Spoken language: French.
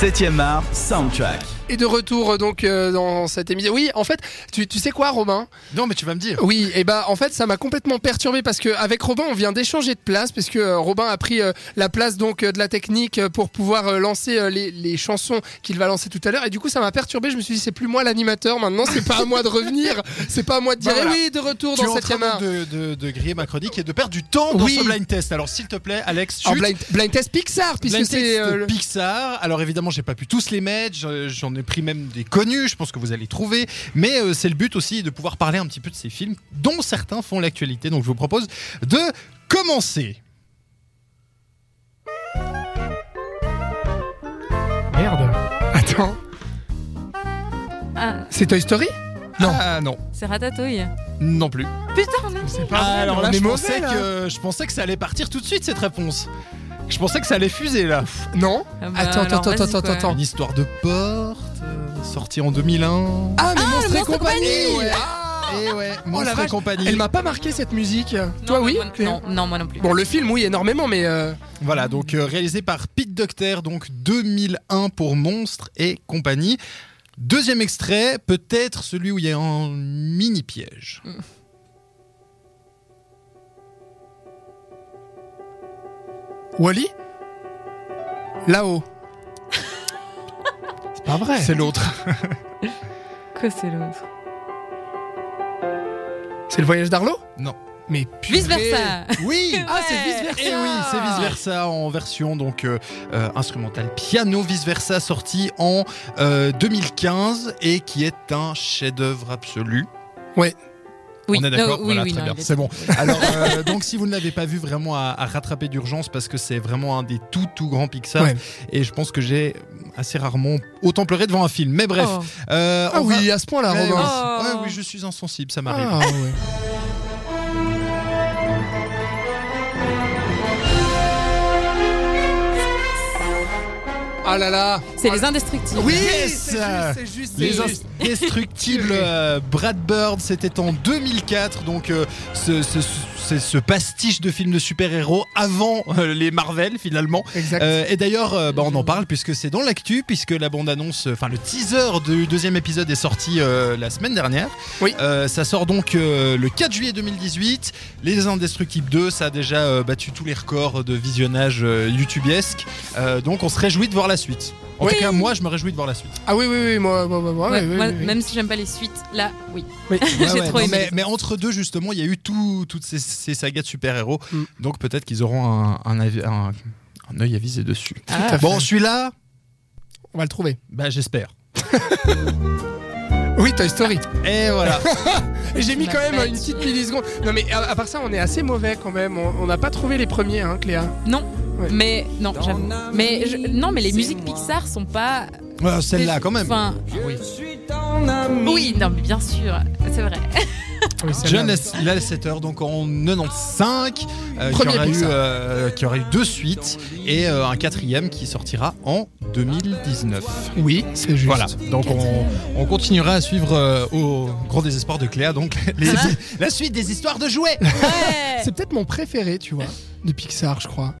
7ème art, soundtrack. Et de retour euh, donc euh, dans cette émission. Oui, en fait, tu, tu sais quoi, Robin Non, mais tu vas me dire. Oui, et bah en fait, ça m'a complètement perturbé parce que avec Robin, on vient d'échanger de place parce que euh, Robin a pris euh, la place donc euh, de la technique euh, pour pouvoir euh, lancer euh, les, les chansons qu'il va lancer tout à l'heure. Et du coup, ça m'a perturbé. Je me suis dit, c'est plus moi l'animateur maintenant. C'est pas à moi de revenir. C'est pas à moi de dire Bah voilà. eh oui de retour Tu es dans en cette train art. donc de, de, de griller ma chronique et de perdre du temps dans Ah. Oui. ce blind test. Alors, s'il te plaît, Alex, En chute. Ah, blind, blind test Pixar puisque Blind c'est Taste euh, le- Pixar. Alors évidemment, j'ai pas pu tous les mettre. je- J'en ai pris même des connus. Je pense que vous allez trouver. Mais euh, c'est le but aussi de pouvoir parler un petit peu de ces films, dont certains font l'actualité. Donc je vous propose de commencer. Merde. Attends. Ah, C'est Toy Story Non. Ah non, c'est Ratatouille. non plus. Putain, merde. Alors là, on est je mauvais, pensais là. que je pensais que ça allait partir tout de suite cette réponse. Je pensais que ça allait fuser là. Non. Ah bah, Attends, alors, attends, vas-y, attends, quoi. attends. Une histoire de porte, euh, sortie en 2001. Ah mais le Monstre et Monstre et compagnie. Compagnie. Ouais. Et Eh ouais, Oh la Monstre et vache, compagnie. Elle m'a pas marqué cette musique. Non, Toi mais oui moi- Non, non, moi non plus. Bon, le film, oui, énormément, mais euh, Voilà, donc euh, réalisé par Pete Docter, donc 2001 pour Monstres et compagnie. Deuxième extrait, peut-être celui où il y a un mini piège. Wally Là-haut. C'est pas vrai. C'est l'autre. Que c'est l'autre C'est le voyage d'Arlo Non. Mais puis. Vice versa. Oui. Ah, c'est vice versa. Et oui, c'est vice versa en version donc euh, euh, instrumentale piano vice versa sorti en euh, 2015 et qui est un chef-d'œuvre absolu. Oui, On est d'accord, non, oui, voilà, oui, très non, bien. il est- C'est bon. Alors, euh, donc, si vous ne l'avez pas vu, vraiment à, à rattraper d'urgence parce que c'est vraiment un des tout, tout grands Pixar. Ouais. Et je pense que j'ai assez rarement autant pleuré devant un film. Mais bref. Oh. euh, Ah on va- oui, à ce point-là, Ouais, Robin. ouais, Oh. ouais, oui, je suis insensible, ça m'arrive. Ah, ouais. Ah là là C'est les indestructibles. Oui Yes. C'est juste, c'est juste, c'est Les juste. indestructibles euh, Brad Bird, c'était en 2004, donc euh, ce, ce- ce- ce pastiche de films de super-héros avant euh, les Marvel finalement. Exact. Euh, et d'ailleurs, euh, bah, on en parle puisque c'est dans l'actu, puisque la bande-annonce, euh, enfin le teaser du deuxième épisode est sorti euh, la semaine dernière. Oui. Euh, ça sort donc euh, le 4 juillet 2018. Les Indestructibles 2, ça a déjà euh, battu tous les records de visionnage euh, youtubiesque. Euh, donc on se réjouit de voir la suite. En Oui. tout cas, moi, je me réjouis de voir la suite. Ah oui, oui, oui, moi, moi, moi, moi, Ouais, oui, oui, moi, oui, oui. Même si j'aime pas les suites, là, oui. Oui. J'ai Ah Ouais, ouais, trop non, aimé. mais, mais entre deux, justement, il y a eu tout- toutes ces, ces sagas de super-héros. Mm. Donc peut-être qu'ils auront un, un, avi- un- un œil avisé dessus. Ah. Bon, celui-là, On va le trouver. bah, j'espère. Oui, Toy Story. Et voilà. Et J'ai mis La quand même fête. une petite milliseconde. Non mais à, à part ça, on est assez mauvais quand même. On on n'a pas trouvé les premiers, hein, Cléa. Non, Ouais. mais non, j'avoue. Mais je- non, mais les musiques Pixar sont pas. Ouais, Celle-là, quand même. Enfin, oui. oui, non, mais bien sûr, c'est vrai. John Lasseter, donc en 95, euh, qui, Premier aura eu, Pixar. euh, qui aura eu deux suites et euh, un quatrième qui sortira en 2019. Oui, c'est juste. Voilà, donc on, on continuera à suivre euh, au grand désespoir de Cléa donc les- Ah. la suite des histoires de jouets. Ouais. C'est peut-être mon préféré, tu vois, de Pixar, je crois.